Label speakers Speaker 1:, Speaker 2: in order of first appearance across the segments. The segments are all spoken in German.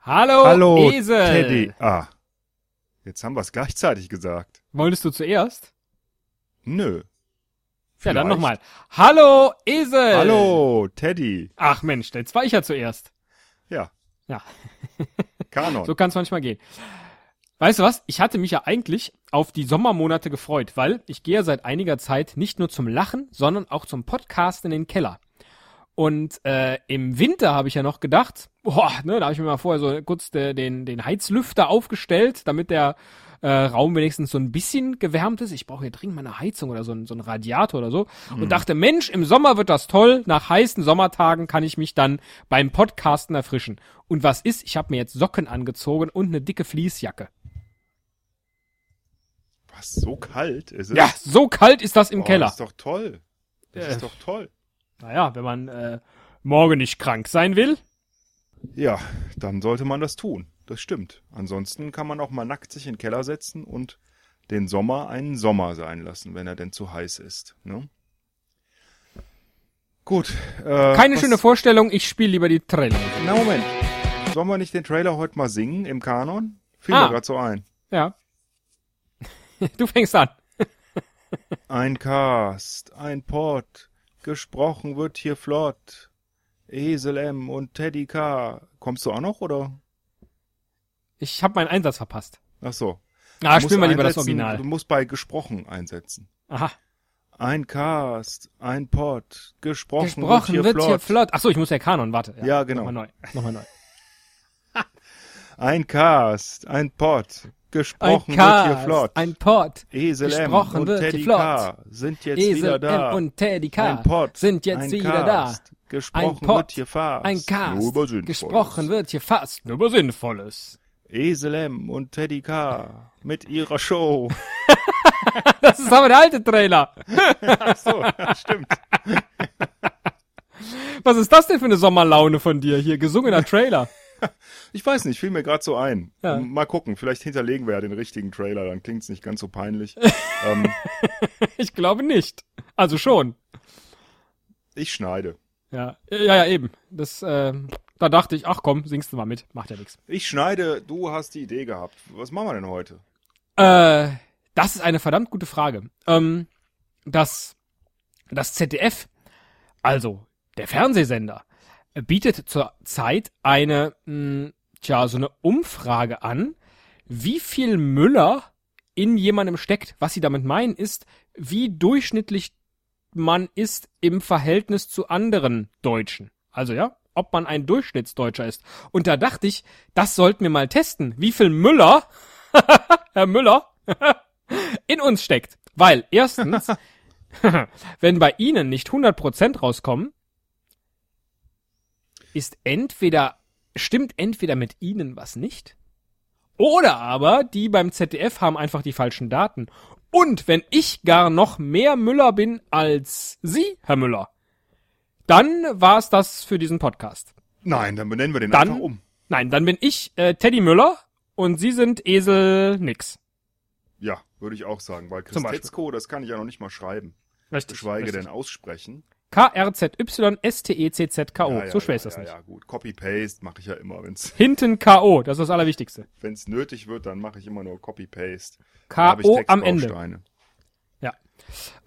Speaker 1: Hallo,
Speaker 2: Hallo,
Speaker 1: Oh, Esel.
Speaker 2: Teddy. Ah. Jetzt haben wir es gleichzeitig gesagt.
Speaker 1: Wolltest du zuerst?
Speaker 2: Nö.
Speaker 1: Ja, dann
Speaker 2: Vielleicht.
Speaker 1: nochmal. Hallo, Esel.
Speaker 2: Hallo, Teddy.
Speaker 1: Ach Mensch, jetzt war ich ja zuerst.
Speaker 2: Ja.
Speaker 1: Ja.
Speaker 2: Kanon.
Speaker 1: So kann es manchmal gehen. Weißt du was? Ich hatte mich ja eigentlich auf die Sommermonate gefreut, weil ich gehe ja seit einiger Zeit nicht nur zum Lachen, sondern auch zum Podcast in den Keller. Und äh, im Winter habe ich ja noch gedacht, boah, ne, da habe ich mir mal vorher so kurz de, den, den Heizlüfter aufgestellt, damit der äh, Raum wenigstens so ein bisschen gewärmt ist. Ich brauche hier dringend mal eine Heizung oder so ein, so ein Radiator oder so.
Speaker 2: Mhm.
Speaker 1: Und dachte, Mensch, im Sommer wird das toll. Nach heißen Sommertagen kann ich mich dann beim Podcasten erfrischen. Und was ist? Ich habe mir jetzt Socken angezogen und eine dicke Fließjacke.
Speaker 2: Was, so kalt ist es?
Speaker 1: Ja, so kalt ist das im
Speaker 2: oh,
Speaker 1: Keller.
Speaker 2: ist doch toll. Das
Speaker 1: Äh.
Speaker 2: ist doch toll.
Speaker 1: Naja, wenn man äh, morgen nicht krank sein will.
Speaker 2: Ja, dann sollte man das tun. Das stimmt. Ansonsten kann man auch mal nackt sich in den Keller setzen und den Sommer einen Sommer sein lassen, wenn er denn zu heiß ist. Ne? Gut. Äh,
Speaker 1: Keine
Speaker 2: was-
Speaker 1: schöne Vorstellung, ich spiele lieber die Trelle.
Speaker 2: Na Moment. Sollen wir nicht den Trailer heute mal singen im Kanon? Fiel
Speaker 1: Ah.
Speaker 2: mir grad so ein.
Speaker 1: Ja. Du fängst an.
Speaker 2: Ein Cast, ein Pod, gesprochen wird hier flott. Esel M und Teddy K. Kommst du auch noch, oder?
Speaker 1: Ich habe meinen Einsatz verpasst.
Speaker 2: Ach so.
Speaker 1: Ah,
Speaker 2: Du musst
Speaker 1: spiel mal lieber das
Speaker 2: einsetzen, Du
Speaker 1: Original.
Speaker 2: musst bei gesprochen einsetzen.
Speaker 1: Aha.
Speaker 2: Ein Cast, ein Pod, gesprochen,
Speaker 1: Gesprochen
Speaker 2: wird hier flott.
Speaker 1: flott. Ach so, ich muss ja Kanon, warte.
Speaker 2: Ja, genau.
Speaker 1: Nochmal neu. Nochmal neu.
Speaker 2: Ein Cast, ein Pod, gesprochen wird hier flott.
Speaker 1: ein Pod.
Speaker 2: Esel M
Speaker 1: gesprochen
Speaker 2: und
Speaker 1: wird hier
Speaker 2: Teddy
Speaker 1: flott.
Speaker 2: K. sind jetzt wieder
Speaker 1: Esel
Speaker 2: da.
Speaker 1: M und Teddy K.
Speaker 2: ein Pod,
Speaker 1: sind jetzt
Speaker 2: ein
Speaker 1: wieder
Speaker 2: Cast,
Speaker 1: da.
Speaker 2: Gesprochen
Speaker 1: Ein Pod,
Speaker 2: wird hier fast.
Speaker 1: Ein Cast.
Speaker 2: Nur über Sinnvolles.
Speaker 1: Gesprochen wird hier fast nur über Sinnvolles.
Speaker 2: Esel M und Teddy K. mit ihrer Show.
Speaker 1: Das ist aber der alte Trailer.
Speaker 2: Ach so, ja, stimmt.
Speaker 1: Was ist das denn für eine Sommerlaune von dir hier? Gesungener Trailer.
Speaker 2: Ich weiß nicht, fiel mir gerade so ein.
Speaker 1: Ja.
Speaker 2: Mal gucken, vielleicht hinterlegen wir ja den richtigen Trailer, dann klingt's nicht ganz so peinlich. ähm,
Speaker 1: Ich glaube nicht. Also schon.
Speaker 2: ich schneide.
Speaker 1: Ja, ja, ja eben. Das, äh, da dachte ich, ach komm, singst du mal mit. Macht ja nix.
Speaker 2: Ich schneide, du hast die Idee gehabt. Was machen wir denn heute?
Speaker 1: Äh, das ist eine verdammt gute Frage. Ähm, das, das ZDF, also der Fernsehsender, äh, bietet zurzeit eine, mh, tja, so eine Umfrage an, wie viel Müller in jemandem steckt. Was sie damit meinen, ist, wie durchschnittlich man ist im Verhältnis zu anderen Deutschen. Also ja, ob man ein Durchschnittsdeutscher ist. Und da dachte ich, das sollten wir mal testen, wie viel Müller, Herr Müller, in uns steckt. Weil erstens, wenn bei Ihnen nicht 100% rauskommen, ist entweder, stimmt entweder mit Ihnen was nicht, oder aber die beim ZDF haben einfach die falschen Daten. Und wenn ich gar noch mehr Müller bin als Sie, Herr Müller, dann war es das für diesen Podcast.
Speaker 2: Nein, dann benennen wir den
Speaker 1: Dann-
Speaker 2: einfach um.
Speaker 1: Nein, dann bin ich äh, Teddy Müller und Sie sind Esel Nix.
Speaker 2: Ja, würde ich auch sagen, weil
Speaker 1: Zum Beispiel.
Speaker 2: Christetzko, das kann ich ja noch nicht mal schreiben.
Speaker 1: Richtig.
Speaker 2: Geschweige
Speaker 1: richtig.
Speaker 2: denn aussprechen.
Speaker 1: E K-R-Z-Y-S-T-E-C-Z-K-O.
Speaker 2: Ja, ja,
Speaker 1: Oh, so schwer
Speaker 2: ja,
Speaker 1: ist das
Speaker 2: ja,
Speaker 1: nicht.
Speaker 2: Ja, gut. Copy-Paste mache ich ja immer. Wenn's,
Speaker 1: Hinten K.O., das ist das Allerwichtigste.
Speaker 2: wenn's nötig wird, dann mache ich immer nur Copy-Paste. Da hab ich
Speaker 1: K.O. am Ende.
Speaker 2: Textbausteine.
Speaker 1: Ja.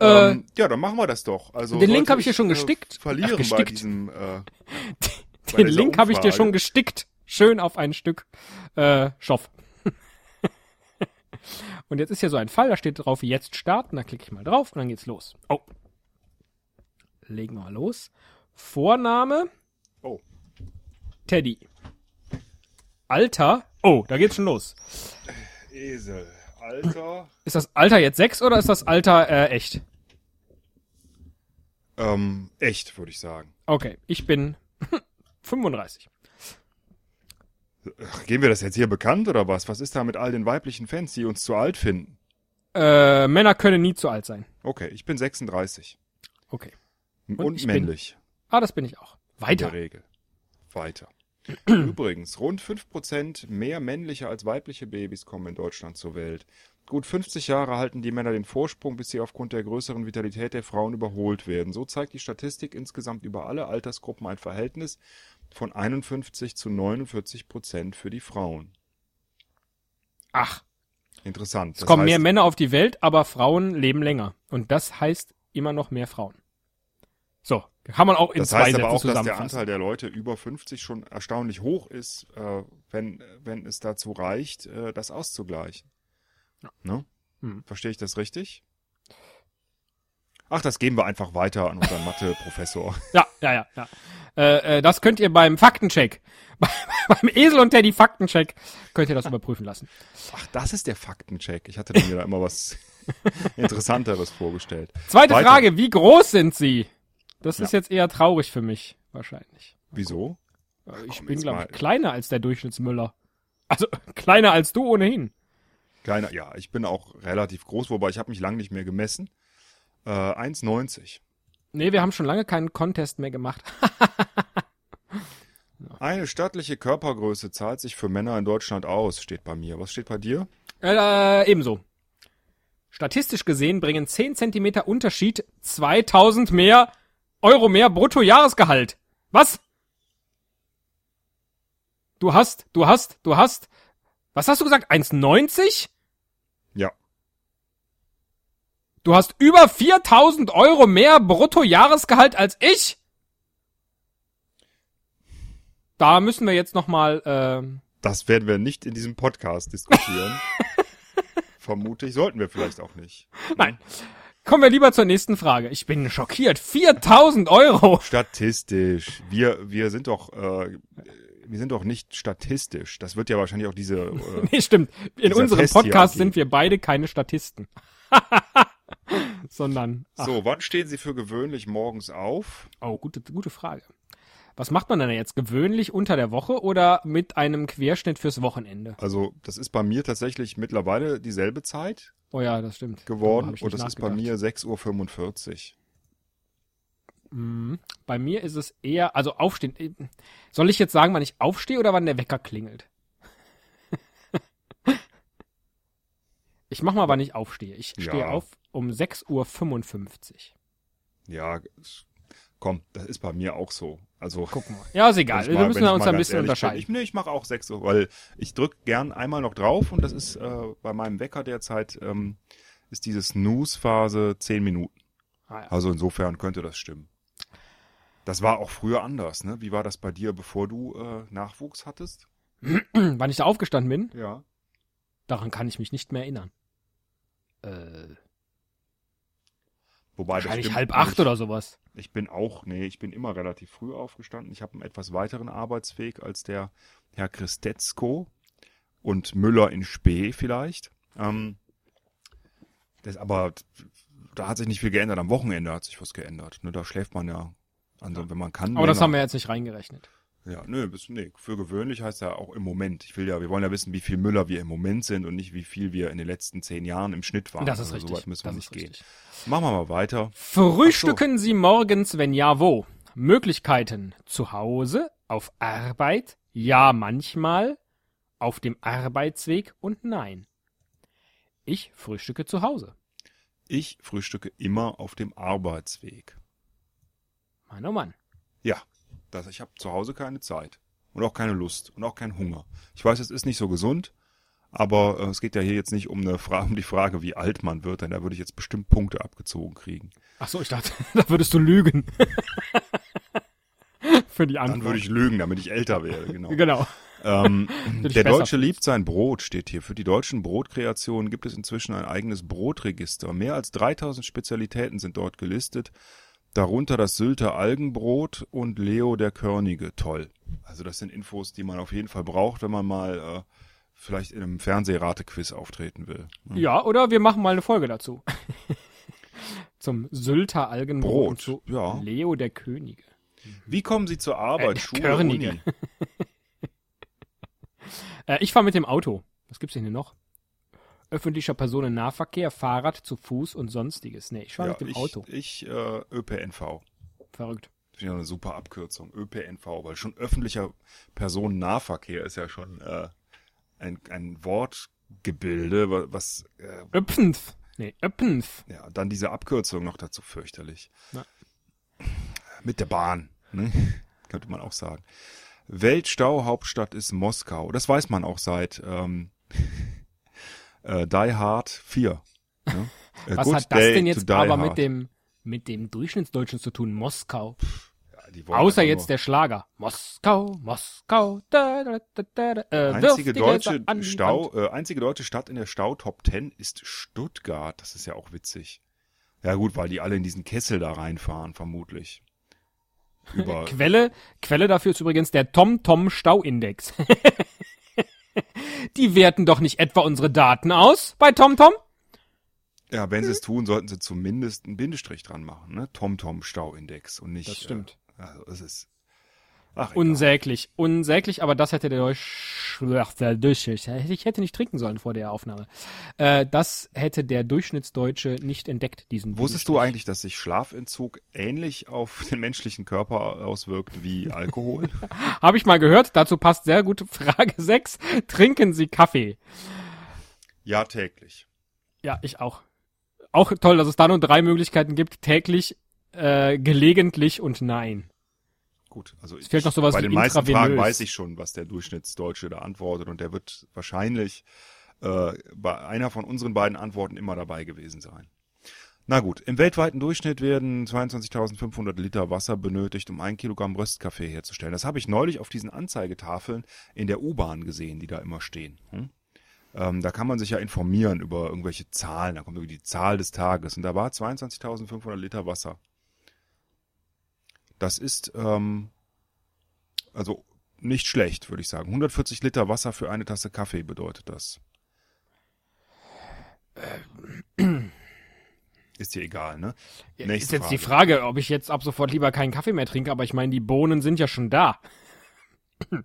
Speaker 1: Äh,
Speaker 2: Ähm, ja, dann machen wir das doch. Also
Speaker 1: Den Link
Speaker 2: sollte
Speaker 1: hab ich dir schon
Speaker 2: äh,
Speaker 1: gestickt.
Speaker 2: Verlieren
Speaker 1: Ach,
Speaker 2: bei
Speaker 1: gestickt.
Speaker 2: diesem. Äh,
Speaker 1: äh,
Speaker 2: bei
Speaker 1: den
Speaker 2: dieser
Speaker 1: Link habe ich dir
Speaker 2: Umfrage.
Speaker 1: schon gestickt. Schön auf ein Stück äh, Schoff. und jetzt ist hier so ein Fall, da steht drauf, jetzt starten. Da klicke ich mal drauf und dann geht's los. Oh. Legen wir mal los. Vorname
Speaker 2: oh,
Speaker 1: Teddy. Alter. Oh, da geht's schon los.
Speaker 2: Esel. Alter.
Speaker 1: Ist das Alter jetzt 6 oder ist das Alter äh, echt?
Speaker 2: ähm, echt, würde ich sagen.
Speaker 1: Okay, ich bin 35.
Speaker 2: Ach, geben wir das jetzt hier bekannt oder was? Was ist da mit all den weiblichen Fans, die uns zu alt finden?
Speaker 1: Äh, Männer können nie zu alt sein.
Speaker 2: Okay, ich bin 36.
Speaker 1: Okay.
Speaker 2: Und,
Speaker 1: ich bin
Speaker 2: männlich.
Speaker 1: Ah, das bin ich auch.
Speaker 2: In
Speaker 1: Weiter.
Speaker 2: der Regel. Weiter. Übrigens, rund 5% mehr männliche als weibliche Babys kommen in Deutschland zur Welt. Gut 50 Jahre halten die Männer den Vorsprung, bis sie aufgrund der größeren Vitalität der Frauen überholt werden. So zeigt die Statistik insgesamt über alle Altersgruppen ein Verhältnis, von 51 zu 49 Prozent für die Frauen.
Speaker 1: Ach,
Speaker 2: Interessant.
Speaker 1: es kommen mehr Männer auf die Welt, aber Frauen leben länger. Und das heißt immer noch mehr Frauen. So, kann man auch in
Speaker 2: das
Speaker 1: zwei
Speaker 2: heißt
Speaker 1: Sätzen
Speaker 2: aber auch, dass der
Speaker 1: zusammenfassen.
Speaker 2: Anteil der Leute über 50 schon erstaunlich hoch ist, äh, wenn, wenn es dazu reicht, äh, das auszugleichen. Ne?
Speaker 1: Hm.
Speaker 2: Verstehe ich das richtig? Ach, das geben wir einfach weiter an unseren Mathe-Professor.
Speaker 1: Ja, ja, ja. ja. Äh, äh, das könnt ihr beim Faktencheck, beim Esel und Teddy Faktencheck, könnt ihr das überprüfen lassen.
Speaker 2: Ach, das ist der Faktencheck. Ich hatte mir da immer was Interessanteres vorgestellt.
Speaker 1: Zweite
Speaker 2: Weiter.
Speaker 1: Frage, wie groß sind sie? Das ist
Speaker 2: Ja.
Speaker 1: jetzt eher traurig für mich, wahrscheinlich.
Speaker 2: Wieso?
Speaker 1: Äh, ich
Speaker 2: komm,
Speaker 1: bin,
Speaker 2: jetzt
Speaker 1: glaube
Speaker 2: mal.
Speaker 1: ich, kleiner als der Durchschnittsmüller. Also kleiner als du ohnehin.
Speaker 2: Kleiner, ja, ich bin auch relativ groß, wobei ich habe mich lang nicht mehr gemessen. Äh, 1,90.
Speaker 1: Nee, wir haben schon lange keinen Contest mehr gemacht.
Speaker 2: Eine stattliche Körpergröße zahlt sich für Männer in Deutschland aus, steht bei mir. Was steht bei dir?
Speaker 1: Äh, ebenso. Statistisch gesehen bringen 10 Zentimeter Unterschied 2000 mehr Euro mehr Bruttojahresgehalt. Was? Du hast, du hast, du hast. Was hast du gesagt? 1,90?
Speaker 2: Ja.
Speaker 1: Du hast über 4000 Euro mehr Bruttojahresgehalt als ich? Da müssen wir jetzt nochmal, ähm,
Speaker 2: Das werden wir nicht in diesem Podcast diskutieren. Vermutlich sollten wir vielleicht auch nicht.
Speaker 1: nein. Kommen wir lieber zur nächsten Frage. Ich bin schockiert. 4000 Euro.
Speaker 2: Statistisch. Wir, wir sind doch, äh, wir sind doch nicht statistisch. Das wird ja wahrscheinlich auch diese, äh,
Speaker 1: Nee, stimmt. In
Speaker 2: Dieser
Speaker 1: unserem
Speaker 2: Test hier
Speaker 1: Podcast
Speaker 2: angeht.
Speaker 1: sind wir beide keine Statisten. Sondern, ach,
Speaker 2: so, wann stehen Sie für gewöhnlich morgens auf?
Speaker 1: oh, gute, gute Frage. Was macht man denn jetzt? Gewöhnlich unter der Woche oder mit einem Querschnitt fürs Wochenende?
Speaker 2: Also, das ist bei mir tatsächlich mittlerweile dieselbe Zeit
Speaker 1: Oh ja, das stimmt. Darüber
Speaker 2: geworden
Speaker 1: hab ich
Speaker 2: und
Speaker 1: nicht
Speaker 2: das ist bei
Speaker 1: nachgedacht.
Speaker 2: mir 6.45 Uhr.
Speaker 1: Mhm. Bei mir ist es eher, also aufstehen. Soll ich jetzt sagen, wann ich aufstehe oder wann der Wecker klingelt? ich mach mal, wann ich aufstehe. Ich stehe
Speaker 2: Ja.
Speaker 1: auf um 6.55 Uhr.
Speaker 2: Ja, es- komm, das ist bei mir auch so. Also,
Speaker 1: Gucken wir. Ja, ist egal.
Speaker 2: wenn ich
Speaker 1: wir
Speaker 2: mal-
Speaker 1: müssen
Speaker 2: wenn ich
Speaker 1: uns
Speaker 2: mal
Speaker 1: ein
Speaker 2: ganz
Speaker 1: bisschen
Speaker 2: ehrlich bin.
Speaker 1: unterscheiden.
Speaker 2: Ich, nee, ich mache auch 6 Uhr, weil ich drück gern einmal noch drauf und das ist äh, bei meinem Wecker derzeit, ähm, ist diese Snooze-Phase 10 Minuten.
Speaker 1: Ah, ja.
Speaker 2: Also insofern könnte das stimmen. Das war auch früher anders, ne? Wie war das bei dir, bevor du äh, Nachwuchs hattest?
Speaker 1: wann ich da aufgestanden bin,
Speaker 2: Ja.
Speaker 1: daran kann ich mich nicht mehr erinnern. Äh,
Speaker 2: Wobei das
Speaker 1: wahrscheinlich
Speaker 2: stimmt
Speaker 1: halb
Speaker 2: nicht.
Speaker 1: acht oder sowas.
Speaker 2: Ich bin auch, nee, ich bin immer relativ früh aufgestanden. Ich habe einen etwas weiteren Arbeitsweg als der Herr Christetzko und Müller in Spee vielleicht. Ähm, das, aber da hat sich nicht viel geändert. Am Wochenende hat sich was geändert. Ne, da schläft man ja, also, wenn man kann.
Speaker 1: Aber das
Speaker 2: länger.
Speaker 1: haben wir jetzt nicht reingerechnet.
Speaker 2: Ja, nö, bis, nee, für gewöhnlich heißt ja auch im Moment. Ich will ja, wir wollen ja wissen, wie viel Müller wir im Moment sind und nicht, wie viel wir in den letzten zehn Jahren im Schnitt waren.
Speaker 1: Das ist
Speaker 2: also, so
Speaker 1: richtig.
Speaker 2: weit müssen wir
Speaker 1: das
Speaker 2: nicht
Speaker 1: ist
Speaker 2: gehen.
Speaker 1: richtig.
Speaker 2: Machen wir mal weiter.
Speaker 1: Frühstücken Sie morgens, wenn ja, wo? Möglichkeiten zu Hause, auf Arbeit, ja manchmal, auf dem Arbeitsweg und nein. Ich frühstücke zu Hause.
Speaker 2: Ich frühstücke immer auf dem Arbeitsweg.
Speaker 1: Mann, oh Mann.
Speaker 2: Ja, das, ich habe zu Hause keine Zeit und auch keine Lust und auch keinen Hunger. Ich weiß, es ist nicht so gesund, aber äh, es geht ja hier jetzt nicht um, eine Fra um die Frage, wie alt man wird, denn da würde ich jetzt bestimmt Punkte abgezogen kriegen.
Speaker 1: Ach so, ich dachte, da würdest du lügen. Für die Antwort.
Speaker 2: Dann würde ich lügen, damit ich älter werde, genau.
Speaker 1: Genau.
Speaker 2: Ähm,
Speaker 1: ich
Speaker 2: der
Speaker 1: besser
Speaker 2: Deutsche liebt sein Brot, steht hier. Für die deutschen Brotkreationen gibt es inzwischen ein eigenes Brotregister. Mehr als 3000 Spezialitäten sind dort gelistet, darunter das Sylter Algenbrot und Leo der Körnige. Toll. Also das sind Infos, die man auf jeden Fall braucht, wenn man mal äh, vielleicht in einem Fernsehratequiz auftreten will. Hm.
Speaker 1: Ja, oder wir machen mal eine Folge dazu. Zum Sylter Algenbrot. und
Speaker 2: Brot,
Speaker 1: zu
Speaker 2: ja.
Speaker 1: Leo der Könige.
Speaker 2: Wie kommen Sie zur Arbeit,
Speaker 1: Äh,
Speaker 2: Schule,
Speaker 1: Körnige.
Speaker 2: Uni?
Speaker 1: Äh, ich fahre mit dem Auto. Was gibt's denn hier noch? Öffentlicher Personennahverkehr, Fahrrad, zu Fuß und sonstiges. Nee, ich fahre
Speaker 2: Ja,
Speaker 1: mit dem
Speaker 2: ich,
Speaker 1: Auto.
Speaker 2: Ich äh, ÖPNV.
Speaker 1: Verrückt.
Speaker 2: Finde ich auch eine super Abkürzung. ÖPNV, weil schon öffentlicher Personennahverkehr ist ja schon äh, ein, ein Wortgebilde, wa- was äh,
Speaker 1: Öpfenf. Nee, Öpfenf.
Speaker 2: ja, dann diese Abkürzung noch dazu fürchterlich.
Speaker 1: Ja.
Speaker 2: Mit der Bahn. Ne? könnte man auch sagen. Weltstauhauptstadt ist Moskau. Das weiß man auch seit ähm, äh, Die Hard 4. Ne? Äh,
Speaker 1: Was
Speaker 2: Good
Speaker 1: hat das
Speaker 2: Day
Speaker 1: denn
Speaker 2: to
Speaker 1: jetzt
Speaker 2: Die
Speaker 1: aber
Speaker 2: Hard.
Speaker 1: mit dem, mit dem Durchschnittsdeutschen zu tun? Moskau.
Speaker 2: Ja, die wollen
Speaker 1: Außer
Speaker 2: einfach
Speaker 1: jetzt
Speaker 2: nur-
Speaker 1: der Schlager. Moskau, Moskau, da, da, da, da, da, äh, wirf
Speaker 2: einzige
Speaker 1: die Gläser
Speaker 2: deutsche,
Speaker 1: an die
Speaker 2: Stau,
Speaker 1: Wand.
Speaker 2: äh, einzige deutsche Stadt in der Stau-Top 10 ist Stuttgart. Das ist ja auch witzig. Ja gut, weil die alle in diesen Kessel da reinfahren, vermutlich. Über,
Speaker 1: Quelle, Quelle dafür ist übrigens der TomTom-Stauindex. die werten doch nicht etwa unsere Daten aus bei TomTom?
Speaker 2: ja, wenn sie
Speaker 1: Hm.
Speaker 2: es tun, sollten sie zumindest einen Bindestrich dran machen, ne? TomTom-Stauindex und nicht.
Speaker 1: Das stimmt.
Speaker 2: Äh, also es ist. Ach, egal.
Speaker 1: Unsäglich, unsäglich, aber das hätte der Deutsch, der Deutsch, ich hätte nicht trinken sollen vor der Aufnahme. Äh, das hätte der Durchschnittsdeutsche nicht entdeckt, diesen
Speaker 2: Wusstest du
Speaker 1: Bindestrich.
Speaker 2: eigentlich, dass sich Schlafentzug ähnlich auf den menschlichen Körper auswirkt wie Alkohol?
Speaker 1: Habe ich mal gehört, dazu passt sehr gut Frage 6. Trinken Sie Kaffee?
Speaker 2: ja, täglich.
Speaker 1: Ja, ich auch. Auch toll, dass es da nur drei Möglichkeiten gibt. Täglich, äh, gelegentlich und nein.
Speaker 2: Gut, also es
Speaker 1: fehlt noch sowas
Speaker 2: bei
Speaker 1: wie
Speaker 2: den meisten Fragen
Speaker 1: intravenös.
Speaker 2: weiß ich schon, was der Durchschnittsdeutsche da antwortet und der wird wahrscheinlich äh, bei einer von unseren beiden Antworten immer dabei gewesen sein. Na gut, im weltweiten Durchschnitt werden 22.500 Liter Wasser benötigt, um ein Kilogramm Röstkaffee herzustellen. Das habe ich neulich auf diesen Anzeigetafeln in der U-Bahn gesehen, die da immer stehen. Hm? Ähm, da kann man sich ja informieren über irgendwelche Zahlen. Da kommt irgendwie die Zahl des Tages und da war 22.500 Liter Wasser. Das ist ähm, also nicht schlecht, würde ich sagen. 140 Liter Wasser für eine Tasse Kaffee bedeutet das. Äh, Ist dir egal, ne? Nächste
Speaker 1: ist jetzt die Frage, ob ich jetzt ab sofort lieber keinen Kaffee mehr trinke, aber ich meine, die Bohnen sind ja schon da.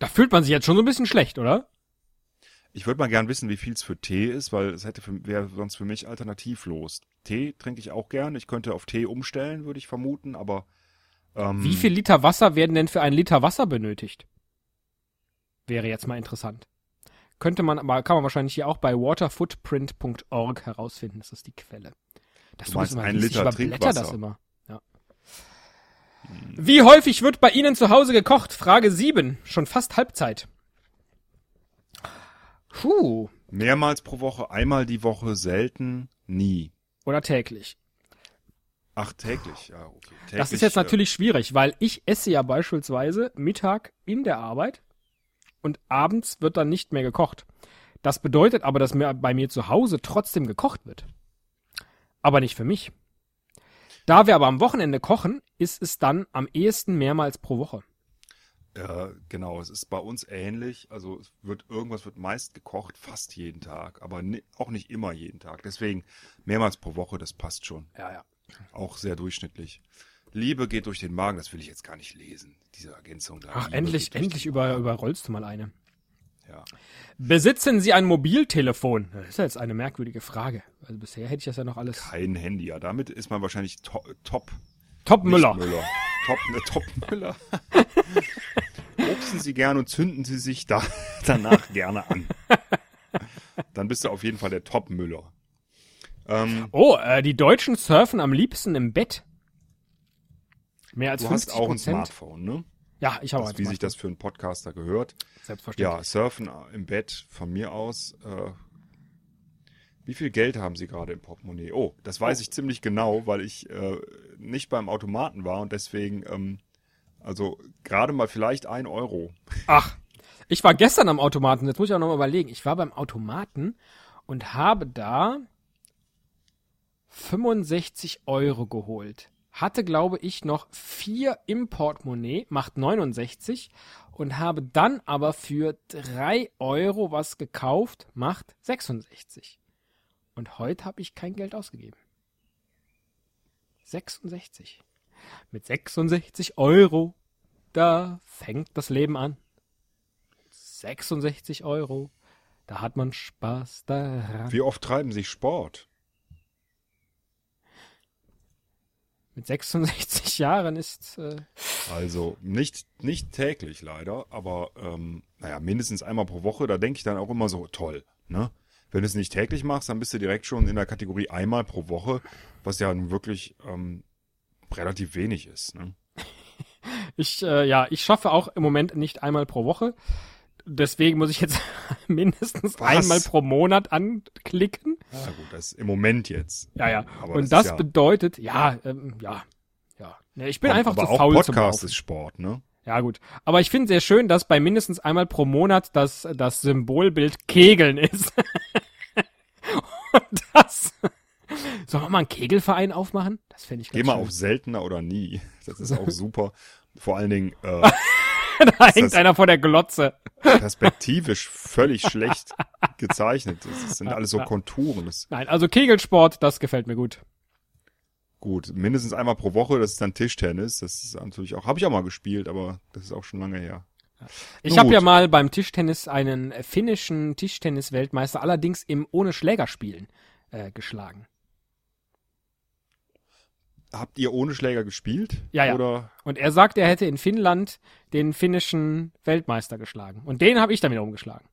Speaker 1: Da fühlt man sich jetzt schon so ein bisschen schlecht, oder?
Speaker 2: Ich würde mal gern wissen, wie viel es für Tee ist, weil es hätte für, wäre sonst für mich alternativlos. Tee trinke ich auch gern. Ich könnte auf Tee umstellen, würde ich vermuten, aber ähm,
Speaker 1: Wie viel Liter Wasser werden denn für einen Liter Wasser benötigt? Wäre jetzt mal interessant. Könnte man, aber kann man wahrscheinlich hier auch bei waterfootprint.org herausfinden. Das ist die Quelle. Das
Speaker 2: Du meinst
Speaker 1: immer
Speaker 2: ein
Speaker 1: liest,
Speaker 2: Liter
Speaker 1: ich überblätter das
Speaker 2: Trinkwasser. Hm.
Speaker 1: immer. Ja. Wie häufig wird bei Ihnen zu Hause gekocht? Frage 7. Schon fast Halbzeit. Puh.
Speaker 2: mehrmals pro Woche, einmal die Woche, selten, nie.
Speaker 1: Oder täglich.
Speaker 2: Ach, täglich, ja, okay. Täglich,
Speaker 1: Das ist jetzt
Speaker 2: äh,
Speaker 1: natürlich schwierig, weil ich esse ja beispielsweise Mittag in der Arbeit und abends wird dann nicht mehr gekocht. Das bedeutet aber, dass mir bei mir zu Hause trotzdem gekocht wird. Aber nicht für mich. Da wir aber am Wochenende kochen, ist es dann am ehesten mehrmals pro Woche.
Speaker 2: Ja, genau, es ist bei uns ähnlich. Also es wird irgendwas wird meist gekocht, fast jeden Tag, aber ni- auch nicht immer jeden Tag. Deswegen mehrmals pro Woche, das passt schon.
Speaker 1: Ja, ja.
Speaker 2: Auch sehr durchschnittlich. Liebe geht durch den Magen, das will ich jetzt gar nicht lesen, diese Ergänzung da.
Speaker 1: Ach,
Speaker 2: Liebe
Speaker 1: endlich,
Speaker 2: geht durch
Speaker 1: endlich
Speaker 2: den
Speaker 1: über,
Speaker 2: Magen.
Speaker 1: überrollst du mal eine.
Speaker 2: Ja.
Speaker 1: Besitzen Sie ein Mobiltelefon? Das ist ja jetzt eine merkwürdige Frage. Also bisher hätte ich das ja noch alles.
Speaker 2: Kein Handy, ja. Damit ist man wahrscheinlich to top.
Speaker 1: Top
Speaker 2: nicht
Speaker 1: Müller.
Speaker 2: Müller. Top, ne, top Müller. Obsten Sie gern und zünden Sie sich da, danach gerne an. Dann bist du auf jeden Fall der Top Müller. Ähm,
Speaker 1: Oh, äh, die Deutschen surfen am liebsten im Bett. Mehr als
Speaker 2: Du
Speaker 1: 50
Speaker 2: hast auch ein
Speaker 1: Prozent.
Speaker 2: Smartphone, ne?
Speaker 1: Ja, ich habe
Speaker 2: Das,
Speaker 1: eins.
Speaker 2: wie sich das für einen Podcaster gehört.
Speaker 1: Selbstverständlich.
Speaker 2: Ja, surfen im Bett von mir aus. Äh, wie viel Geld haben Sie gerade im Portemonnaie? Oh, das weiß ich ziemlich genau, weil ich äh, nicht beim Automaten war und deswegen, ähm, also gerade mal vielleicht ein Euro.
Speaker 1: Ach, ich war gestern am Automaten. Jetzt muss ich auch noch mal überlegen. Ich war beim Automaten und habe da 65 Euro geholt. Hatte, glaube ich, noch vier im Portemonnaie, macht 69 und habe dann aber für drei Euro was gekauft, macht 66. Und heute habe ich kein Geld ausgegeben. 66. Mit 66 Euro, da fängt das Leben an. 66 Euro, da hat man Spaß daran.
Speaker 2: Wie oft treiben Sie Sport?
Speaker 1: Mit 66 Jahren ist äh,
Speaker 2: Also nicht, nicht täglich leider, aber ähm, naja, mindestens einmal pro Woche, da denke ich dann auch immer so, toll, ne? Wenn du es nicht täglich machst, dann bist du direkt schon in der Kategorie einmal pro Woche, was ja nun wirklich ähm, relativ wenig ist. Ne?
Speaker 1: Ich, äh, ja, ich schaffe auch im Moment nicht einmal pro Woche. Deswegen muss ich jetzt mindestens
Speaker 2: Was?
Speaker 1: einmal pro Monat anklicken.
Speaker 2: Ja, gut, das ist im Moment jetzt.
Speaker 1: Ja, ja.
Speaker 2: Aber
Speaker 1: Und
Speaker 2: das
Speaker 1: das
Speaker 2: ist ja-
Speaker 1: bedeutet, ja, ähm, ja, ja. Ne, ich bin einfach
Speaker 2: aber
Speaker 1: zu
Speaker 2: auch
Speaker 1: faul zum
Speaker 2: Podcast
Speaker 1: Laufen.
Speaker 2: ist Sport, ne?
Speaker 1: Ja, gut. Aber ich finde sehr schön, dass bei mindestens einmal pro Monat das, das Symbolbild Kegeln ist. Und das. Sollen wir mal einen Kegelverein aufmachen? Das finde ich ganz
Speaker 2: Geh mal
Speaker 1: schön.
Speaker 2: auf seltener oder nie. Das ist auch super. Vor allen Dingen äh,
Speaker 1: da hängt
Speaker 2: das-
Speaker 1: einer vor der Glotze.
Speaker 2: perspektivisch völlig schlecht gezeichnet. Das sind alles so Konturen. Das ist
Speaker 1: Nein, also Kegelsport, das gefällt mir gut.
Speaker 2: gut. Mindestens einmal pro Woche, das ist dann Tischtennis. Das ist natürlich auch, habe ich auch mal gespielt, aber das ist auch schon lange her.
Speaker 1: Ich
Speaker 2: Nun
Speaker 1: habe
Speaker 2: gut.
Speaker 1: ja mal beim Tischtennis einen äh, finnischen Tischtennis-Weltmeister, allerdings im ohne Schlägerspielen äh, geschlagen.
Speaker 2: Habt ihr ohne Schläger gespielt?
Speaker 1: Ja, ja.
Speaker 2: Oder
Speaker 1: Und er sagt, er hätte in Finnland den finnischen Weltmeister geschlagen. Und den habe ich damit umgeschlagen.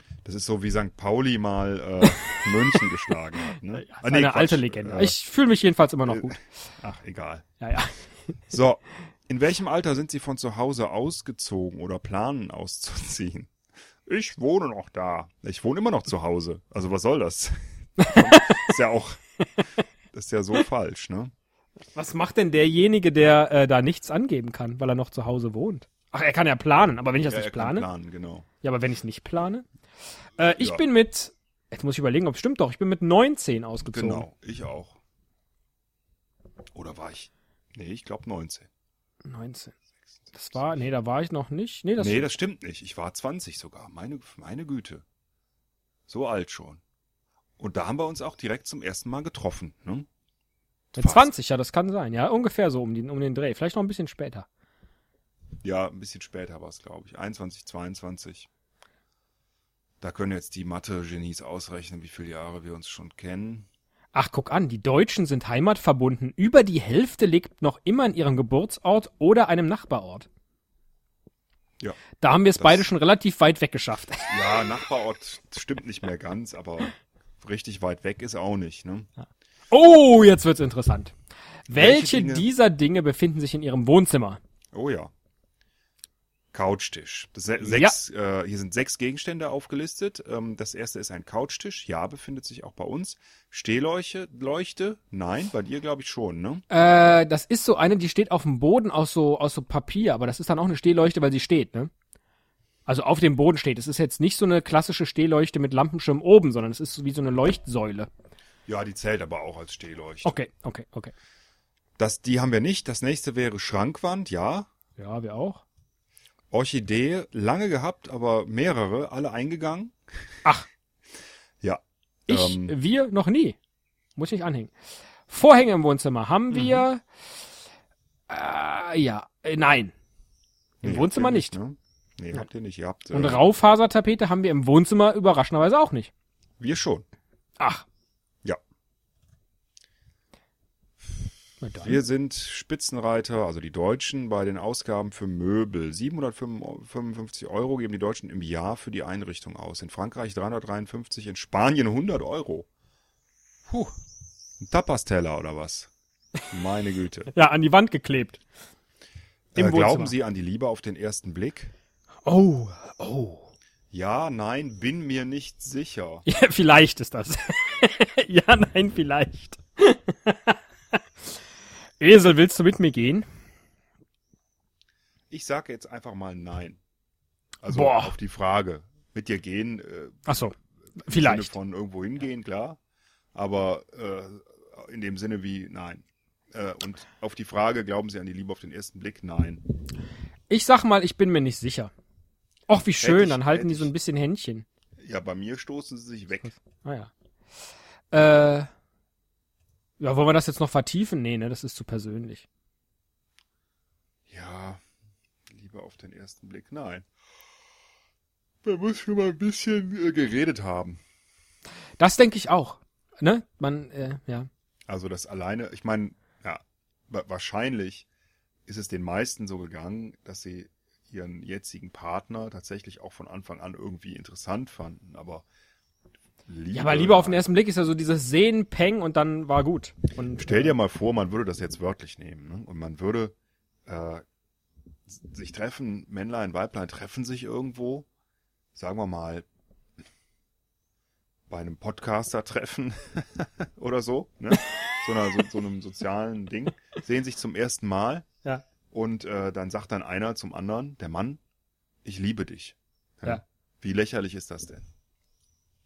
Speaker 2: Ah, das ist so wie St. Pauli mal äh, München geschlagen hat. Ne? Ah, nee,
Speaker 1: Eine
Speaker 2: Quatsch.
Speaker 1: alte Legende.
Speaker 2: Äh,
Speaker 1: ich fühle mich jedenfalls immer noch gut.
Speaker 2: ach, egal.
Speaker 1: Ja, ja.
Speaker 2: So, in welchem Alter sind Sie von zu Hause ausgezogen oder planen auszuziehen? Ich wohne noch da. Ich wohne immer noch zu Hause. Also was soll das? ist ja auch, das ist ja so falsch, ne?
Speaker 1: Was macht denn derjenige, der äh, da nichts angeben kann, weil er noch zu Hause wohnt? Ach, er kann ja planen, aber wenn ich das
Speaker 2: Ja, er
Speaker 1: nicht
Speaker 2: kann
Speaker 1: plane.
Speaker 2: Planen, genau.
Speaker 1: Ja, aber wenn ich es nicht plane. Äh, ich
Speaker 2: Ja.
Speaker 1: bin mit, jetzt muss ich überlegen, ob es stimmt doch, ich bin mit 19 ausgezogen.
Speaker 2: Genau, ich auch. Oder war ich? Nee, ich glaube 19.
Speaker 1: 19. Das war, nee, da war ich noch nicht. Nee, das
Speaker 2: nee, das stimmt nicht. Ich war 20 sogar. Meine, meine Güte. So alt schon. Und da haben wir uns auch direkt zum ersten Mal getroffen, ne?
Speaker 1: mit
Speaker 2: passt.
Speaker 1: 20, ja, das kann sein. Ja, ungefähr so um den, um den Dreh. Vielleicht noch ein bisschen später.
Speaker 2: Ja, ein bisschen später war es, glaube ich. 21, 22. Da können jetzt die Mathe-Genies ausrechnen, wie viele Jahre wir uns schon kennen.
Speaker 1: Ach, guck an, die Deutschen sind heimatverbunden. Über die Hälfte lebt noch immer in ihrem Geburtsort oder einem Nachbarort.
Speaker 2: Ja.
Speaker 1: Da haben wir es
Speaker 2: Das-
Speaker 1: beide schon relativ weit weggeschafft.
Speaker 2: Ja, Nachbarort stimmt nicht mehr ganz, aber richtig weit weg ist auch nicht, ne?
Speaker 1: Oh, jetzt wird's interessant. Welche,
Speaker 2: Welche Dinge-
Speaker 1: dieser Dinge befinden sich in Ihrem Wohnzimmer?
Speaker 2: Oh ja. Couchtisch. Das se sechs, äh, hier sind sechs Gegenstände aufgelistet. Ähm, das erste ist ein Couchtisch. Ja, befindet sich auch bei uns. Stehleuchte? Leuchte? Nein, bei dir glaube ich schon, ne?
Speaker 1: Äh, das ist so eine, die steht auf dem Boden aus so, aus so Papier, aber das ist dann auch eine Stehleuchte, weil sie steht, ne? Also auf dem Boden steht. Es ist jetzt nicht so eine klassische Stehleuchte mit Lampenschirm oben, sondern es ist wie so eine Leuchtsäule.
Speaker 2: Ja, die zählt aber auch als Stehleuchte.
Speaker 1: Okay, okay, okay.
Speaker 2: Oh. Das, die haben wir nicht. Das nächste wäre Schrankwand, ja.
Speaker 1: Ja, wir auch.
Speaker 2: Orchidee, lange gehabt, aber mehrere, alle eingegangen.
Speaker 1: Ach.
Speaker 2: Ja.
Speaker 1: Ich,
Speaker 2: ähm,
Speaker 1: wir noch nie. Muss ich anhängen. Vorhänge im Wohnzimmer
Speaker 2: Mhm.
Speaker 1: haben wir. Äh, ja, äh, nein. Im
Speaker 2: nee,
Speaker 1: Wohnzimmer
Speaker 2: habt ihr
Speaker 1: nicht.
Speaker 2: ne? Nee, habt ihr nicht. Ihr habt,
Speaker 1: Und
Speaker 2: äh,
Speaker 1: Raufasertapete haben wir im Wohnzimmer überraschenderweise auch nicht.
Speaker 2: wir schon.
Speaker 1: Ach.
Speaker 2: Ja.
Speaker 1: Na dann.
Speaker 2: Wir sind Spitzenreiter, also die Deutschen, bei den Ausgaben für Möbel. 755 Euro geben die Deutschen im Jahr für die Einrichtung aus. In Frankreich 353, in Spanien 100 Euro. Puh. Ein Tapas-Teller oder was? Meine Güte.
Speaker 1: ja, an die Wand geklebt. Im
Speaker 2: äh, glauben
Speaker 1: Wohnzimmer.
Speaker 2: Sie an die Liebe auf den ersten Blick?
Speaker 1: Oh, oh.
Speaker 2: Ja, nein, bin mir nicht sicher.
Speaker 1: Ja, vielleicht ist das. ja, nein, vielleicht. Esel, willst du mit mir gehen?
Speaker 2: Ich sage jetzt einfach mal nein. Also
Speaker 1: Boah.
Speaker 2: auf die Frage. Mit dir gehen, äh,
Speaker 1: Ach so,
Speaker 2: Im
Speaker 1: vielleicht.
Speaker 2: Sinne von irgendwo hingehen, klar. Aber äh, in dem Sinne wie nein. Äh, und auf die Frage, glauben Sie an die Liebe auf den ersten Blick? Nein.
Speaker 1: Ich sag mal, ich bin mir nicht sicher. Och, wie schön,
Speaker 2: ich-
Speaker 1: dann halten
Speaker 2: hätte
Speaker 1: die so
Speaker 2: ich-
Speaker 1: ein bisschen Händchen.
Speaker 2: Ja, bei mir stoßen sie sich weg.
Speaker 1: Ah ja. Äh, ja, wollen wir das jetzt noch vertiefen? Nee, ne, das ist zu persönlich.
Speaker 2: Ja, Liebe auf den ersten Blick? Nein. Man muss schon mal ein bisschen äh, geredet haben.
Speaker 1: Das denke ich auch. Ne? Man, äh, ja.
Speaker 2: Also das alleine, ich meine, ja, wa- wahrscheinlich ist es den meisten so gegangen, dass sie ihren jetzigen Partner tatsächlich auch von Anfang an irgendwie interessant fanden. Aber Liebe.
Speaker 1: Ja, aber lieber auf den ersten Blick ist ja so dieses Sehen, Peng und dann war gut. Und äh,
Speaker 2: Stell dir mal vor, man würde das jetzt wörtlich nehmen ne? und man würde äh, sich treffen, Männlein, Weiblein treffen sich irgendwo, sagen wir mal bei einem Podcaster-Treffen oder so, ne? so, einer, so, so einem sozialen Ding, sehen sich zum ersten Mal
Speaker 1: Ja.
Speaker 2: und äh, dann sagt dann einer zum anderen, der Mann, ich liebe dich.
Speaker 1: Ja.
Speaker 2: Wie lächerlich ist das denn?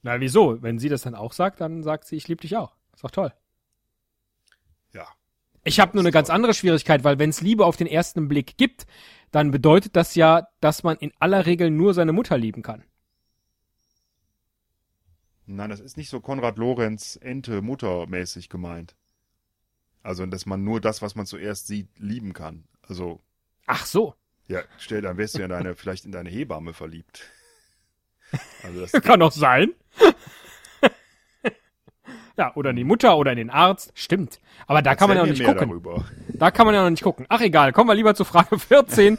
Speaker 1: Na, wieso? Wenn sie das dann auch sagt, dann sagt sie, ich liebe dich auch. Ist doch toll.
Speaker 2: Ja,
Speaker 1: Ich habe nur eine ganz andere Schwierigkeit, weil wenn es Liebe auf den ersten Blick gibt, dann bedeutet das ja, dass man in aller Regel nur seine Mutter lieben kann.
Speaker 2: Nein, das ist nicht so Konrad Lorenz Ente Muttermäßig gemeint. Also, dass man nur das, was man zuerst sieht, lieben kann. Also,
Speaker 1: Ach so.
Speaker 2: ja, stell dann wärst du ja in deine, vielleicht in deine Hebamme verliebt. Also das,
Speaker 1: Kann auch sein. ja, oder in die Mutter oder in den Arzt. Stimmt. Aber da kann man ja noch
Speaker 2: erzähl
Speaker 1: nicht
Speaker 2: mir mehr
Speaker 1: gucken.
Speaker 2: darüber.
Speaker 1: Da kann man ja noch nicht gucken. Ach egal, kommen wir lieber zu Frage 14.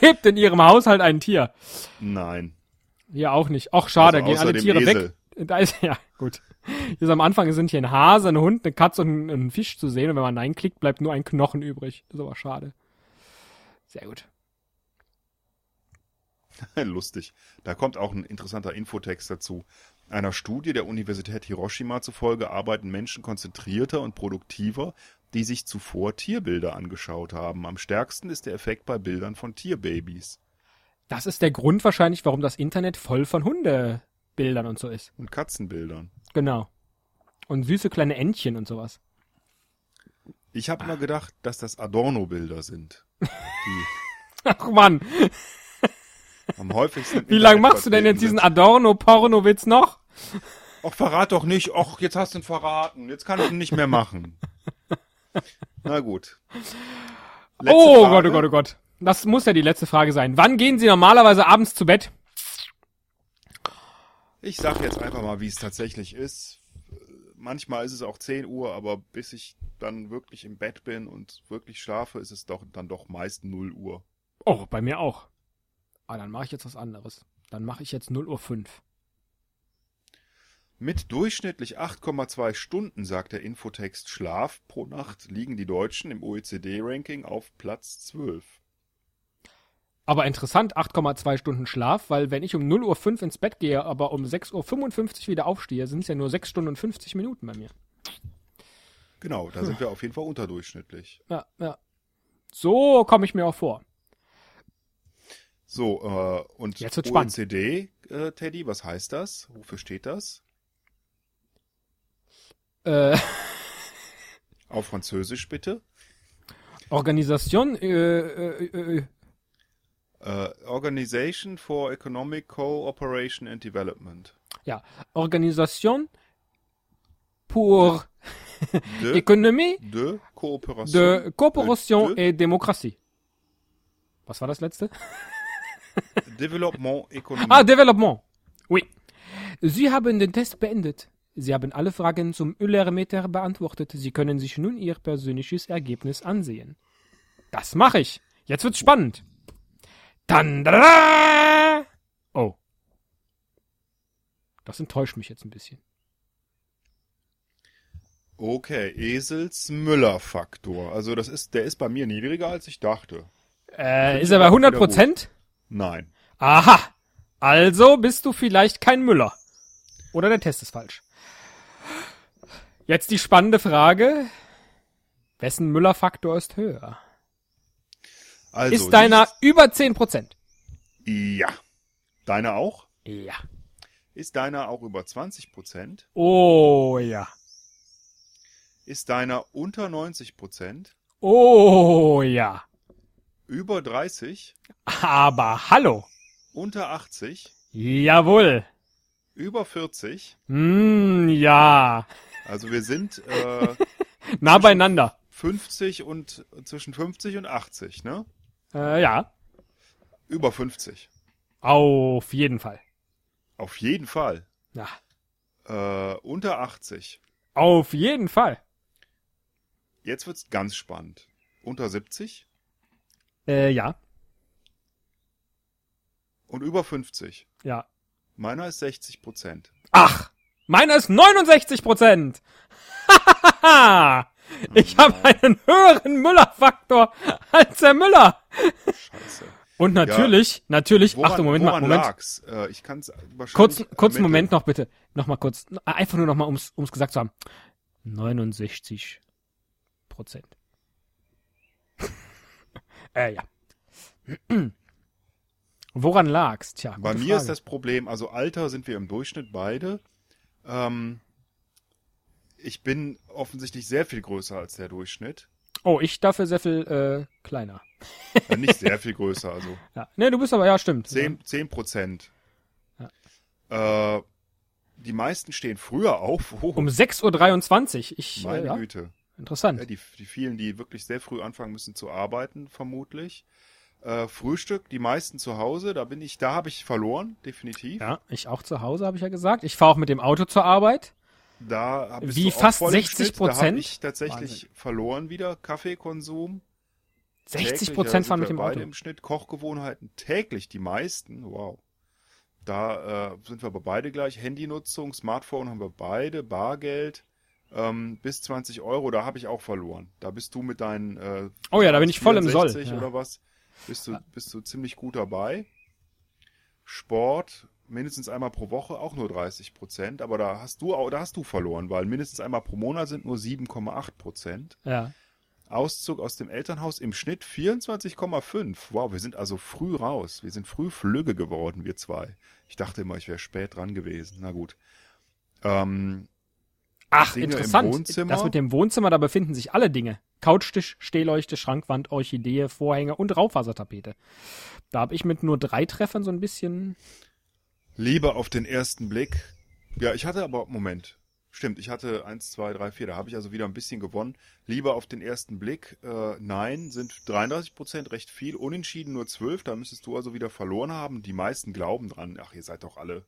Speaker 1: Lebt in ihrem Haushalt ein Tier?
Speaker 2: Nein.
Speaker 1: Hier auch nicht. Ach schade,
Speaker 2: Also
Speaker 1: gehen
Speaker 2: außer
Speaker 1: alle
Speaker 2: dem
Speaker 1: Tiere
Speaker 2: Esel.
Speaker 1: weg. Da ist ja gut. Hier ist am Anfang sind hier ein Hase, ein Hund, eine Katze und ein, ein Fisch zu sehen und wenn man Nein klickt, bleibt nur ein Knochen übrig. Das ist aber schade. Sehr gut.
Speaker 2: Lustig. Da kommt auch ein interessanter Infotext dazu. Einer Studie der Universität Hiroshima zufolge arbeiten Menschen konzentrierter und produktiver, die sich zuvor Tierbilder angeschaut haben. Am stärksten ist der Effekt bei Bildern von Tierbabys
Speaker 1: Das ist der Grund wahrscheinlich, warum das Internet voll von Hundebildern und so ist.
Speaker 2: und Katzenbildern.
Speaker 1: Genau. Und süße kleine Entchen und sowas.
Speaker 2: Ich
Speaker 1: Ah.
Speaker 2: habe immer gedacht, dass das Adorno-Bilder sind. Die
Speaker 1: Ach Mann,
Speaker 2: am häufigsten. im
Speaker 1: wie lange
Speaker 2: Internet
Speaker 1: machst du denn jetzt
Speaker 2: vertreten
Speaker 1: diesen Adorno-Porno-Witz noch?
Speaker 2: sind. Och, verrat doch nicht. Och, jetzt hast du ihn verraten. Jetzt kann ich ihn nicht mehr machen. Na gut. Letzte
Speaker 1: oh
Speaker 2: Frage.
Speaker 1: Gott, oh Gott, oh Gott. Das muss ja die letzte Frage sein. Wann gehen Sie normalerweise abends zu Bett?
Speaker 2: Ich sag jetzt einfach mal, wie es tatsächlich ist. Manchmal ist es auch 10 Uhr, aber bis ich dann wirklich im Bett bin und wirklich schlafe, ist es doch dann doch meist 0 Uhr.
Speaker 1: Oh, bei mir auch. Ah, dann mache ich jetzt was anderes. Dann mache ich jetzt 0 Uhr 5.
Speaker 2: Mit durchschnittlich 8,2 Stunden, sagt der Infotext Schlaf pro Nacht, liegen die Deutschen im E OECD-Ranking auf Platz 12.
Speaker 1: Aber interessant, 8,2 Stunden Schlaf, weil wenn ich um 0 Uhr 5 ins Bett gehe, aber um 6.55 Uhr wieder aufstehe, sind es ja nur 6 Stunden und 50 Minuten bei mir.
Speaker 2: Genau, da sind wir auf jeden Fall unterdurchschnittlich.
Speaker 1: Ja, ja. So komme ich mir auch vor.
Speaker 2: So, äh, und
Speaker 1: Jetzt wird's spannend.
Speaker 2: OECD, äh, Teddy, was heißt das? Wofür steht das?
Speaker 1: Äh,
Speaker 2: Auf Französisch bitte.
Speaker 1: Organisation, äh, äh, äh,
Speaker 2: Äh, Organization for Economic Cooperation and Development.
Speaker 1: ja, Organisation pour
Speaker 2: De,
Speaker 1: Économie
Speaker 2: de Kooperation.
Speaker 1: de Coopération
Speaker 2: de-
Speaker 1: et Démocratie. Was war das letzte?
Speaker 2: Development Economic.
Speaker 1: Ah, Development. Oui. Sie haben den Test beendet. Sie haben alle Fragen zum Öllermeter beantwortet. Sie können sich nun Ihr persönliches Ergebnis ansehen. Das mache ich. Jetzt wird's spannend. Dann. Oh. Das enttäuscht mich jetzt ein bisschen.
Speaker 2: Okay, Esels Müller-Faktor. Also das ist, der ist bei mir niedriger, als ich dachte.
Speaker 1: Äh, ist er bei 100 Prozent?
Speaker 2: Nein.
Speaker 1: Aha. Also bist du vielleicht kein Müller. Oder der Test ist falsch. Jetzt die spannende Frage. Wessen Müller-Faktor ist höher?
Speaker 2: Also,
Speaker 1: ist deiner
Speaker 2: siehst-
Speaker 1: über 10 Prozent?
Speaker 2: Ja. Deiner auch?
Speaker 1: Ja.
Speaker 2: Ist deiner auch über 20 Prozent?
Speaker 1: Oh ja.
Speaker 2: Ist deiner unter 90 Prozent?
Speaker 1: Oh ja.
Speaker 2: Über 30?
Speaker 1: Aber hallo.
Speaker 2: Unter 80?
Speaker 1: Jawohl.
Speaker 2: Über 40?
Speaker 1: Hm, ja.
Speaker 2: Also wir sind äh,
Speaker 1: Nah beieinander.
Speaker 2: 50 und äh, zwischen 50 und 80, ne?
Speaker 1: Äh, ja.
Speaker 2: Über 50.
Speaker 1: Auf jeden Fall.
Speaker 2: Auf jeden Fall.
Speaker 1: Ja.
Speaker 2: Äh, unter 80.
Speaker 1: Auf jeden Fall.
Speaker 2: Jetzt wird's ganz spannend. Unter 70
Speaker 1: Äh, ja.
Speaker 2: und über 50.
Speaker 1: Ja.
Speaker 2: Meiner ist 60 Prozent.
Speaker 1: Ach. Meiner ist 69 Prozent. ich habe einen höheren Müller-Faktor als der Müller.
Speaker 2: Scheiße.
Speaker 1: Und natürlich, natürlich, ach du Moment mal,
Speaker 2: woran
Speaker 1: Moment.
Speaker 2: Lag's? Äh, ich kann's wahrscheinlich
Speaker 1: Kurz, kurzen
Speaker 2: ermitteln.
Speaker 1: Moment noch bitte. Nochmal kurz. Einfach nur nochmal, ums, ums gesagt zu haben. 69 Prozent. äh, ja. Woran lag's? Tja,
Speaker 2: Bei
Speaker 1: gute
Speaker 2: mir ist
Speaker 1: Frage.
Speaker 2: das Problem, also Alter sind wir im Durchschnitt beide. Ähm, ich bin offensichtlich sehr viel größer als der Durchschnitt.
Speaker 1: Oh, ich dafür sehr viel äh, kleiner.
Speaker 2: Äh, nicht sehr viel größer, also
Speaker 1: Ja. Ne, du bist aber, ja, stimmt.
Speaker 2: 10, 10 Prozent. Äh, die meisten stehen früher auf. Oh,
Speaker 1: Um 6.23 Uhr. Ich, äh,
Speaker 2: meine
Speaker 1: ja,
Speaker 2: Güte. Ja,
Speaker 1: interessant.
Speaker 2: die, die vielen, die wirklich sehr früh anfangen müssen zu arbeiten, vermutlich. Äh, Frühstück, die meisten zu Hause, da bin ich, da habe ich verloren, definitiv.
Speaker 1: Ja, ich auch zu Hause, habe ich ja gesagt. Ich fahre auch mit dem Auto zur Arbeit.
Speaker 2: Da hab- bist
Speaker 1: Wie
Speaker 2: du auch
Speaker 1: fast
Speaker 2: voll im
Speaker 1: 60%
Speaker 2: Schnitt. Da habe ich tatsächlich
Speaker 1: Wahnsinn.
Speaker 2: verloren wieder. Kaffeekonsum.
Speaker 1: 60
Speaker 2: täglich,
Speaker 1: Prozent
Speaker 2: da
Speaker 1: fahren
Speaker 2: sind
Speaker 1: mit
Speaker 2: wir
Speaker 1: dem
Speaker 2: beide
Speaker 1: Auto.
Speaker 2: im Schnitt. Kochgewohnheiten täglich, die meisten. Wow. Da äh, sind wir aber beide gleich. Handynutzung, Smartphone haben wir beide, Bargeld ähm, bis 20 Euro, da habe ich auch verloren. Da bist du mit deinen äh,
Speaker 1: Oh ja, da bin ich voll im Soll.
Speaker 2: 64
Speaker 1: Ja.
Speaker 2: oder was, bist du, bist du ziemlich gut dabei. Sport mindestens einmal pro Woche auch nur 30 Prozent, aber da hast du au- da hast du verloren, weil mindestens einmal pro Monat sind nur 7,8 Prozent.
Speaker 1: Ja.
Speaker 2: Auszug aus dem Elternhaus im Schnitt 24,5. Wow, wir sind also früh raus. Wir sind früh flügge geworden, wir zwei. Ich dachte immer, ich wäre spät dran gewesen. Na gut. Ähm,
Speaker 1: Ach,
Speaker 2: Dinge im
Speaker 1: interessant.
Speaker 2: Wohnzimmer.
Speaker 1: Das mit dem Wohnzimmer, da befinden sich alle Dinge. Couchtisch, Stehleuchte, Schrankwand, Orchidee, Vorhänge und Raufasertapete. Da habe ich mit nur drei Treffern so ein bisschen.
Speaker 2: Liebe auf den ersten Blick. Ja, ich hatte aber, Moment. Stimmt, ich hatte eins, zwei, drei, vier. Da habe ich also wieder ein bisschen gewonnen. Liebe auf den ersten Blick. Äh, nein, sind 33 Prozent recht viel. Unentschieden nur 12. Da müsstest du also wieder verloren haben. Die meisten glauben dran. Ach, ihr seid doch alle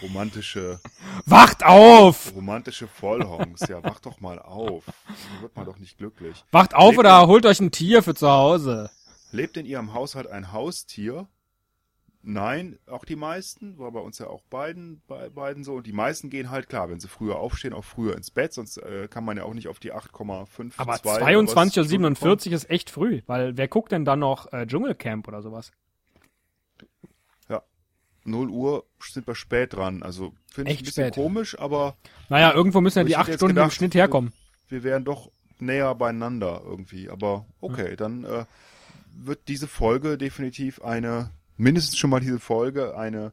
Speaker 2: romantische.
Speaker 1: Wacht auf!
Speaker 2: Romantische Vollhongs, ja, wach doch mal auf. So wird man doch nicht glücklich.
Speaker 1: Wacht auf
Speaker 2: Lebt
Speaker 1: oder holt euch ein Tier für zu Hause.
Speaker 2: Lebt in ihrem Haushalt ein Haustier? Nein, auch die meisten, war bei uns ja auch beiden, bei beiden so. Und die meisten gehen halt klar, wenn sie früher aufstehen, auch früher ins Bett, sonst äh, kann man ja auch nicht auf die 8,5.
Speaker 1: Aber
Speaker 2: zwei oder was Stunden
Speaker 1: 22.47
Speaker 2: kommen.
Speaker 1: Uhr ist echt früh, weil wer guckt denn dann noch äh, Dschungelcamp oder sowas?
Speaker 2: 0 Uhr sind wir spät dran. Also finde ich
Speaker 1: Echt
Speaker 2: ein bisschen
Speaker 1: spät.
Speaker 2: komisch, aber
Speaker 1: Naja, irgendwo müssen ja
Speaker 2: Ich
Speaker 1: die
Speaker 2: hätte
Speaker 1: acht
Speaker 2: jetzt
Speaker 1: Stunden im
Speaker 2: gedacht,
Speaker 1: Schnitt herkommen.
Speaker 2: wir wären doch näher beieinander irgendwie. Aber okay,
Speaker 1: Hm.
Speaker 2: dann äh, wird diese Folge definitiv eine, mindestens schon mal diese Folge, eine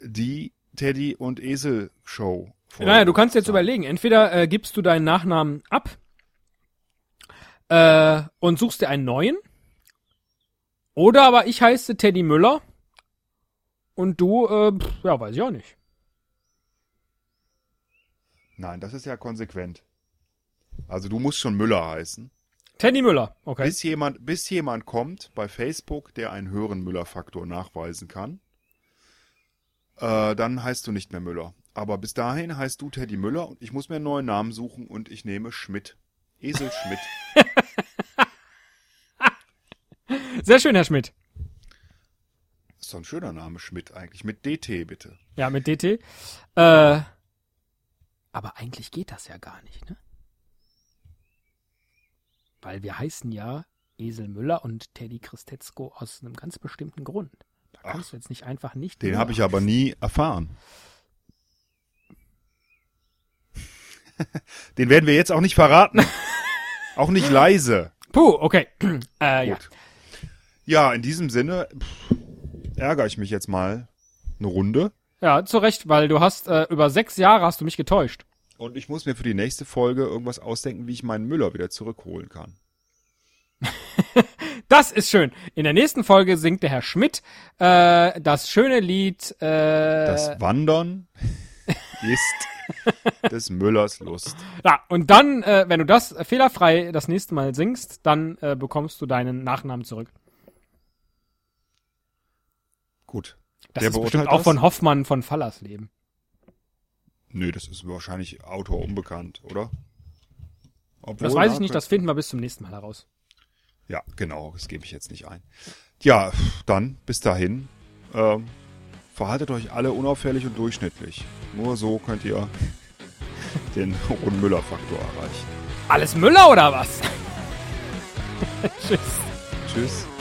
Speaker 2: die Teddy und Esel Show.
Speaker 1: Naja, du kannst jetzt überlegen. Entweder äh, gibst du deinen Nachnamen ab äh, und suchst dir einen neuen. Oder aber ich heiße Teddy Müller und du, äh, pf, ja, weiß ich auch nicht.
Speaker 2: Nein, das ist ja konsequent. Also du musst schon Müller heißen.
Speaker 1: Teddy Müller, okay.
Speaker 2: Bis jemand, bis jemand kommt bei Facebook, der einen höheren Müller-Faktor nachweisen kann, äh, dann heißt du nicht mehr Müller. Aber bis dahin heißt du Teddy Müller und ich muss mir einen neuen Namen suchen und ich nehme Schmidt. Esel Schmidt.
Speaker 1: Sehr schön, Herr Schmidt.
Speaker 2: Ist doch ein schöner Name, Schmidt eigentlich. Mit DT bitte.
Speaker 1: Ja, mit DT. Äh, aber eigentlich geht das ja gar nicht, ne? Weil wir heißen ja Esel Müller und Teddy Christetzko aus einem ganz bestimmten Grund. Da
Speaker 2: Ach.
Speaker 1: kannst du jetzt nicht einfach nicht.
Speaker 2: Den
Speaker 1: Müller
Speaker 2: habe ich aber nie erfahren. Den werden wir jetzt auch nicht verraten. auch nicht leise.
Speaker 1: Puh, okay. äh, ja.
Speaker 2: Gut. Ja, in diesem Sinne pff, ärgere ich mich jetzt mal eine Runde.
Speaker 1: ja, zu Recht, weil du hast äh, über sechs Jahre hast du mich getäuscht.
Speaker 2: Und ich muss mir für die nächste Folge irgendwas ausdenken, wie ich meinen Müller wieder zurückholen kann.
Speaker 1: Das ist schön. In der nächsten Folge singt der Herr Schmidt äh, das schöne Lied. Äh,
Speaker 2: Das Wandern ist des Müllers Lust.
Speaker 1: ja, und dann, äh, wenn du das fehlerfrei das nächste Mal singst, dann äh, bekommst du deinen Nachnamen zurück.
Speaker 2: Gut.
Speaker 1: Das
Speaker 2: Wer
Speaker 1: ist bestimmt
Speaker 2: beurteilt
Speaker 1: auch
Speaker 2: das?
Speaker 1: von Hoffmann von Fallersleben.
Speaker 2: Nö, das ist wahrscheinlich Autor unbekannt, oder? Obwohl,
Speaker 1: Das weiß
Speaker 2: ja,
Speaker 1: ich nicht, das finden wir bis zum nächsten Mal heraus.
Speaker 2: Ja, genau, das gebe ich jetzt nicht ein. Ja, dann bis dahin. Ähm, Verhaltet euch alle unauffällig und durchschnittlich. Nur so könnt ihr den Ron-Müller-Faktor erreichen.
Speaker 1: Alles Müller oder was? Tschüss.
Speaker 2: Tschüss.